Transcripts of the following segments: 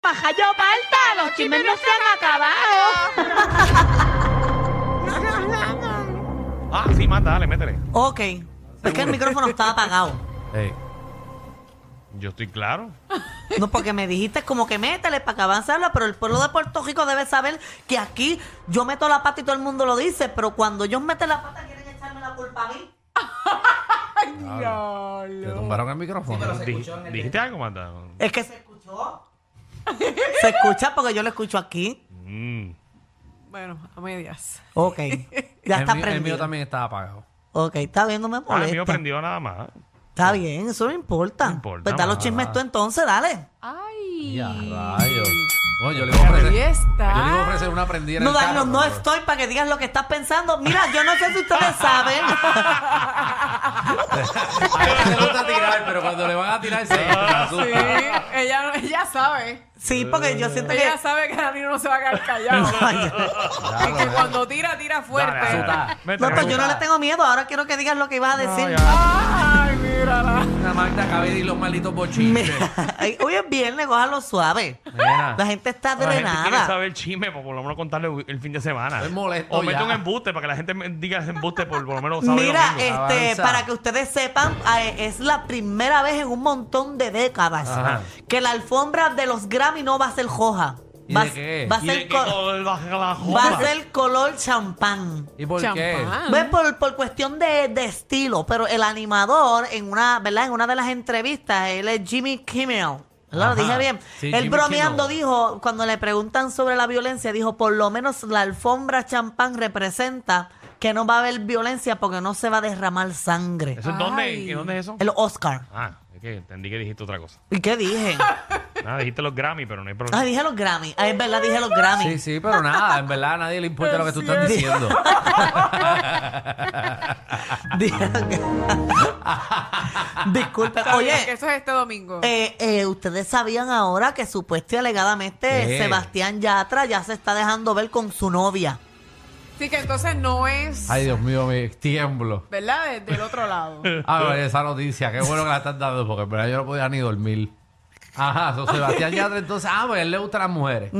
paja yo falta, los chismes no se han acabado. Ah, sí, manda, dale, métele. Ok. Es que el micrófono estaba apagado. Ey. Yo estoy claro. No, porque me dijiste como que métele para que avanzarlo, pero el pueblo de Puerto Rico debe saber que aquí yo meto la pata y todo el mundo lo dice, pero cuando ellos meten la pata quieren echarme la culpa a mí. Te tumbaron el micrófono. Dij- ¿Dijiste algo, manda? Es que se escuchó. se escucha porque yo lo escucho aquí. Mm. Bueno, a medias. Ok. Ya el, mío, está el mío prendido. también estaba apagado. Ok, está bien, no me Ah, el molesta. mío prendió nada más. Está bien, eso no importa. No importa, pues da los mamá. chismes tú entonces, dale. ¡Ay! Ya, rayos. Bueno, yo le iba a ofrecer, Ahí está. yo le iba a ofrecer una prendida en No, el Danilo, carro, no pero- estoy para que digas lo que estás pensando. Mira, yo no sé si ustedes saben. A ella le gusta tirar, pero cuando le van a tirar se, se Ah, asusta. Sí, ella, ella sabe. Sí, porque yo siento que... Ella sabe que Danilo no se va a quedar callado. Ah, y que cuando tira, tira fuerte. Dale, dale, dale. No, No, Métele, pues yo no Magda. le tengo miedo. Ahora quiero que digas lo que ibas a decir. ¡Ay, mírala! Una Magda acabé de ir los malditos bochinches. Ay, Hoy es viernes, cójalo suave. Mira. La gente está La gente quiere drenada. saber el chisme, por por lo menos contarle el fin de semana. Estoy molesto o mete ya. un embuste para que la gente me diga ese embuste por por lo menos sábado y Mira, domingo. este, Avanza. para que ustedes sepan, eh, es la primera vez en un montón de décadas Ajá. que la alfombra de los Grammy no va a ser roja. ¿Y Va, de qué? va a ¿Y de ser qué co- color va la va a joda? ser color champán. ¿Y por qué? Champán. Pues por, por cuestión de, de estilo, pero el animador en una, ¿verdad? En una de las entrevistas, él es Jimmy Kimmel. ¿verdad? Ajá. Lo dije bien. Sí, él Jimmy bromeando Kimmel. dijo, cuando le preguntan sobre la violencia, dijo, por lo menos la alfombra champán representa que no va a haber violencia porque no se va a derramar sangre. ¿Eso es dónde? Ay. ¿Y dónde es eso? El Oscar. Ah, es que entendí que dijiste otra cosa. ¿Y qué dije? Nada, dijiste los Grammy, pero no hay problema. Ah, dije los Grammy. Ah, es verdad, dije los Grammy. Sí, sí, pero nada, en verdad a nadie le importa lo que tú estás diciendo. Dije los Grammy. Disculpe. Está bien, que Oye, eso es este domingo. Eh, eh, Ustedes sabían ahora que supuesto y alegadamente ¿Qué? Sebastián Yatra ya se está dejando ver con su novia. Así que entonces no es, Ay, Dios mío, me tiemblo. ¿verdad? De- del otro lado. A ver, esa noticia, qué bueno que la estás dando, porque en verdad yo no podía ni dormir. Ajá, so Sebastián Yatra, entonces, ah, pues a él le gustan las mujeres.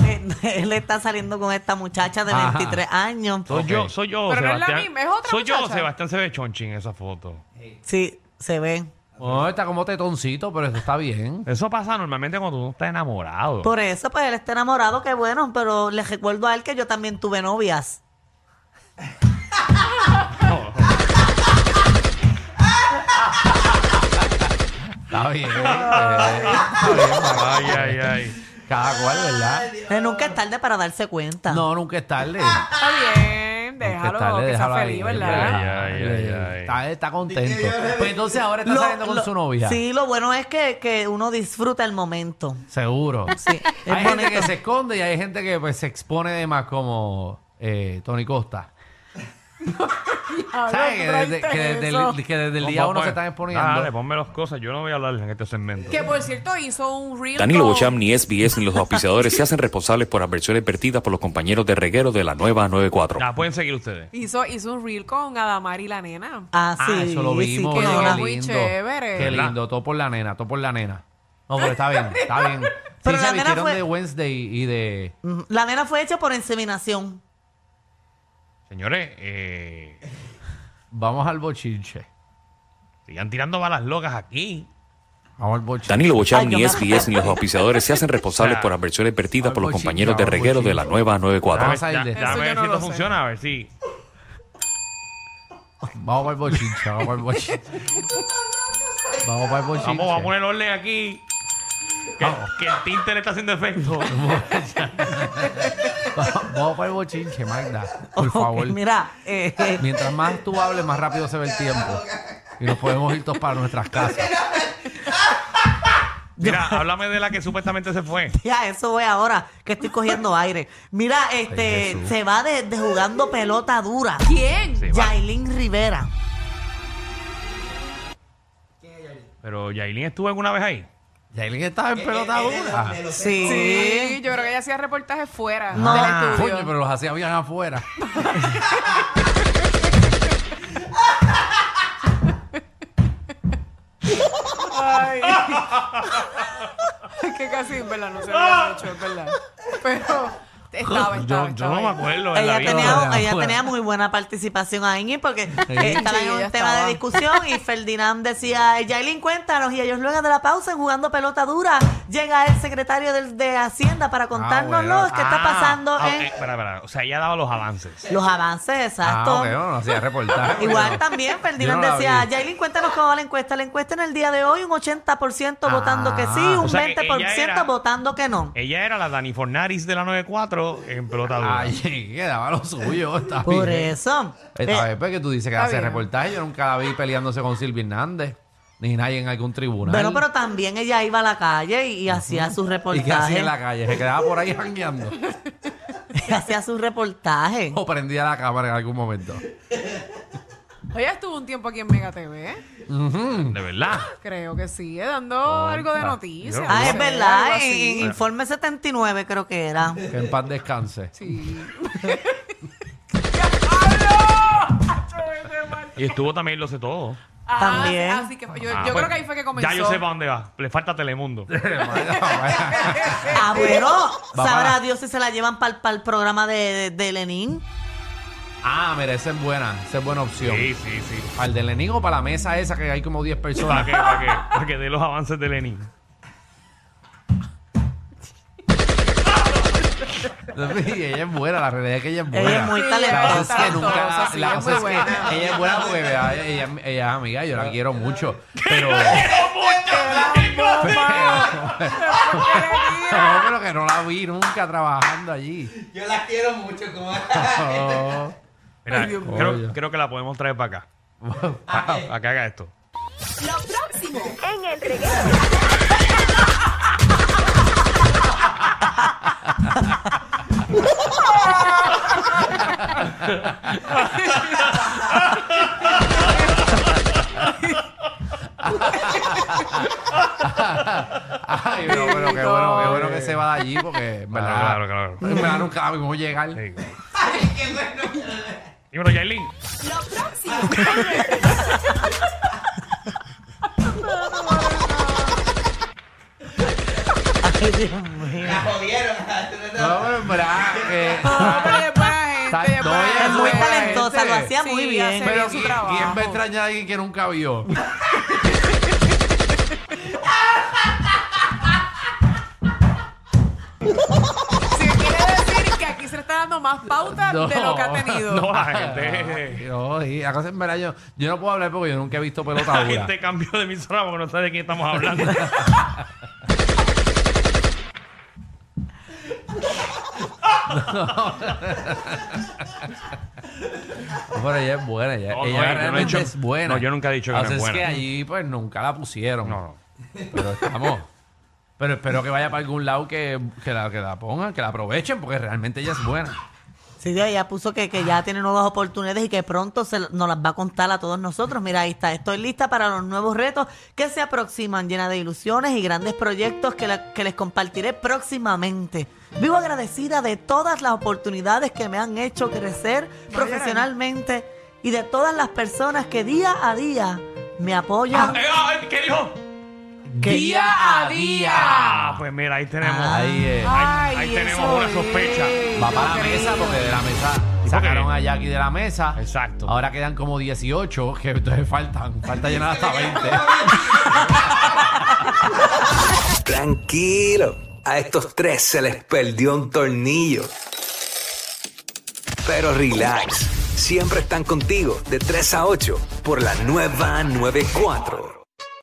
Eh, Él está saliendo con esta muchacha de Ajá. 23 años. Soy Ok. yo, soy yo, Pero no es la Sebastián. misma, es otra soy yo, muchacha. Sebastián se ve chonchín en esa foto. Sí, se ve. Oh, está como tetoncito, pero eso está bien. Eso pasa normalmente cuando uno está enamorado. Por eso, pues él está enamorado, qué bueno, pero le recuerdo a él que yo también tuve novias. Está bien. eh, está bien, papá. Ay, ay, ay. Cada cual, ¿verdad? Eh, nunca es tarde para darse cuenta. No, nunca es tarde. Está bien, Ah, déjalo, Nunca es tarde, que sea déjalo ahí, eh, feliz, déjalo ¿verdad? ahí. Ay, ay, ay, Está, está contento. Pues entonces ahora está Lo- saliendo con lo- su novia. Sí, lo bueno es que, que uno disfruta el momento. Seguro. Sí, es hay gente que bonito. se esconde y hay gente que pues, se expone de más como eh, Tony Costa. Hablo, ¿Sabes? Que desde, traiste que desde eso. el, que desde el Pon- día pon- uno se pon- están exponiendo. Dale, ponme las cosas. Yo no voy a hablar en este segmento. Que por cierto hizo un reel. Danilo con- Bocham, ni SBS, ni los auspiciadores se hacen responsables por adversiones vertidas por los compañeros de reguero de la nueva 94. La pueden seguir ustedes. hizo, hizo un reel con Adamar y la nena. Ah, sí, Ah, eso lo sí, vimos. que oye, quedó qué una- muy lindo. chévere. Qué ¿Verdad? lindo. Todo por la nena, todo por la nena. No, pero está bien, está bien. Sí, Pero la se nena vistieron fue- de Wednesday y de... Mm, La nena fue hecha por inseminación. Señores, eh, Vamos al bochinche. sigan tirando balas locas aquí. Vamos al bochinche. Danilo Ay, Bocham, yo ni me- SBS, ni los auspiciadores se hacen responsables por adversiones vertidas por los Bochinche, compañeros de vamos, reguero de la bochinche. nueva Vamos 94. a salir de Ya- esto. ya Eso a yo ver no si lo esto sé. funciona, a ver si. Vamos para el bochinche, vamos para el bochinche. Vamos para el bochinche. Vamos, vamos a poner orden aquí. Que, que el tinte le está haciendo efecto. Vamos para el bochinche, Magda. Por Ok, favor. Mira, eh, eh, Mientras más tú hables, más rápido se ve el tiempo. Y nos podemos ir todos para nuestras casas. Mira, háblame de la que supuestamente se fue. ya eso voy ahora, que estoy cogiendo aire. Mira, este, Jesús. se va de, de jugando pelota dura. ¿Quién? Sí, va. Yailin Rivera. Pero Yailin estuvo alguna vez ahí. Y alguien estaba en pelota dura. Sí. Sí, yo creo que ella hacía reportajes fuera No. del Ah, estudio. Coño, pero los hacía bien afuera. Ay. Es que casi, en verdad, no se había hecho, es verdad. Pero estaba, estaba, Yo, yo estaba no me ahí. acuerdo de la Ella vida. tenía, Bueno, ella bueno. tenía muy buena participación ahí porque eh, estaban Sí, en ella un tema estaba. de discusión y Ferdinand decía, Yailin, cuéntanos. Y ellos luego de la pausa, en jugando pelota dura, llega el secretario del- de Hacienda para contárnoslo bueno. qué está Ah, pasando ah, en ok, espera, espera. O sea, ella daba los avances. los avances, Ah, exacto. ok, bueno, no hacía reportaje. Igual pero- también Ferdinand Yo no la decía, vi. Yailin, cuéntanos cómo va la encuesta. La encuesta en el día de hoy, un 80% Ah, votando que sí, o un sea que 20% ella era- votando que no. Ella era la Dani Fornaris de la 94 en pelotadura. Ay, Ah, quedaba lo suyo. Está Por bien. eso. Esta eh, vez, pues, que tú dices que está hace bien. reportaje, yo nunca la vi peleándose con Silvia Hernández, ni nadie en algún tribunal. bueno, pero también ella iba a la calle y, y hacía sus ¿Y qué hacía reportajes. en la calle? Se quedaba por ahí jangueando. hacía sus reportajes. o prendía la cámara en algún momento. Ella estuvo un tiempo aquí en Mega TV. Ujú. De verdad. Creo que sí, eh, dando algo de Contra. noticias. Yo- no Ah, es sé, verdad, algo en, en así. Informe 79 creo que era. Que en paz descanse. Sí. Y estuvo también, lo sé todo. Ah, También. Así que yo, yo Ah, creo pues, que ahí fue que comenzó. Ya yo sé para dónde va. Le falta Telemundo. Vaya, vaya. Ah, bueno, eh, Va sabrá para- Dios si se la llevan para el programa de, de, de Lenin. ah, mira, esa es buena, esa es buena opción. Sí, sí, sí. Al de Lenín o para la mesa esa que hay como 10 Para personas. que, para que, para que dé los avances de Lenin. y ella es buena, la realidad es que ella es Ella buena. es muy Sí, La ella talentosa. cosa es que nunca talentosa, sí, la es cosa muy es que buena. ella es buena porque vea, ella, ella- ella es amiga, yo la quiero mucho. Pero, Después que le diga. no, pero que no la vi nunca trabajando allí. Yo la quiero mucho, como Oh. Mira, Ay, Dios mío. Oye. creo, creo que la podemos traer para acá. Para que haga esto. Ay, no, pero qué bueno, qué bueno que se va de allí porque en verdad, Claro, claro, claro. en verdad nunca la vimos llegar. Sí. Dímelo, Yailin. La jodieron. No, pero en verdad que- No, pero ella es buena gente, ella No, ella buena es muy gente. talentosa, lo hacía muy Sí, bien. hace pero su ¿quién, trabajo. quién va a extrañar a alguien que nunca vio? Sí, quiere decir que aquí se le está dando más pauta de lo que ha tenido. no, la gente- No, y la cosa en verdad yo, yo no puedo hablar porque yo nunca he visto pelota La dura. gente cambió de emisora porque no sabe de quién estamos hablando. No, Pero ella es buena, ella, Oh, No, no, ella yo no he realmente dicho- es buena. no, yo nunca he dicho que O no sea, es Es que buena. allí pues nunca la pusieron. No, no. Pero estamos. Pero espero que vaya para algún lado que, que la, que la pongan, que la aprovechen, porque realmente ella es buena. Sí, de ella puso que, que ya tiene nuevas oportunidades y que pronto se, l- nos las va a contar a todos nosotros. Mira, ahí está. Estoy lista para los nuevos retos que se aproximan, llena de ilusiones y grandes proyectos que, la- que les compartiré próximamente. Vivo agradecida de todas las oportunidades que me han hecho crecer profesionalmente y de todas las personas que día a día me apoyan. Eh, ah, eh, ¿Qué dijo? que- Día a Ah, día. pues mira, ahí tenemos. Ahí es. Ay, ahí eso tenemos una sospecha. es, Va para yo la creo. mesa, porque de la mesa ¿Y por qué? sacaron a Jackie de la mesa. Exacto. Ahora quedan como 18, que entonces faltan. Falta llenar hasta 20. Tranquilo, a estos tres se les perdió un tornillo. Pero relax, siempre están contigo de 3 a 8 por la nueva 94.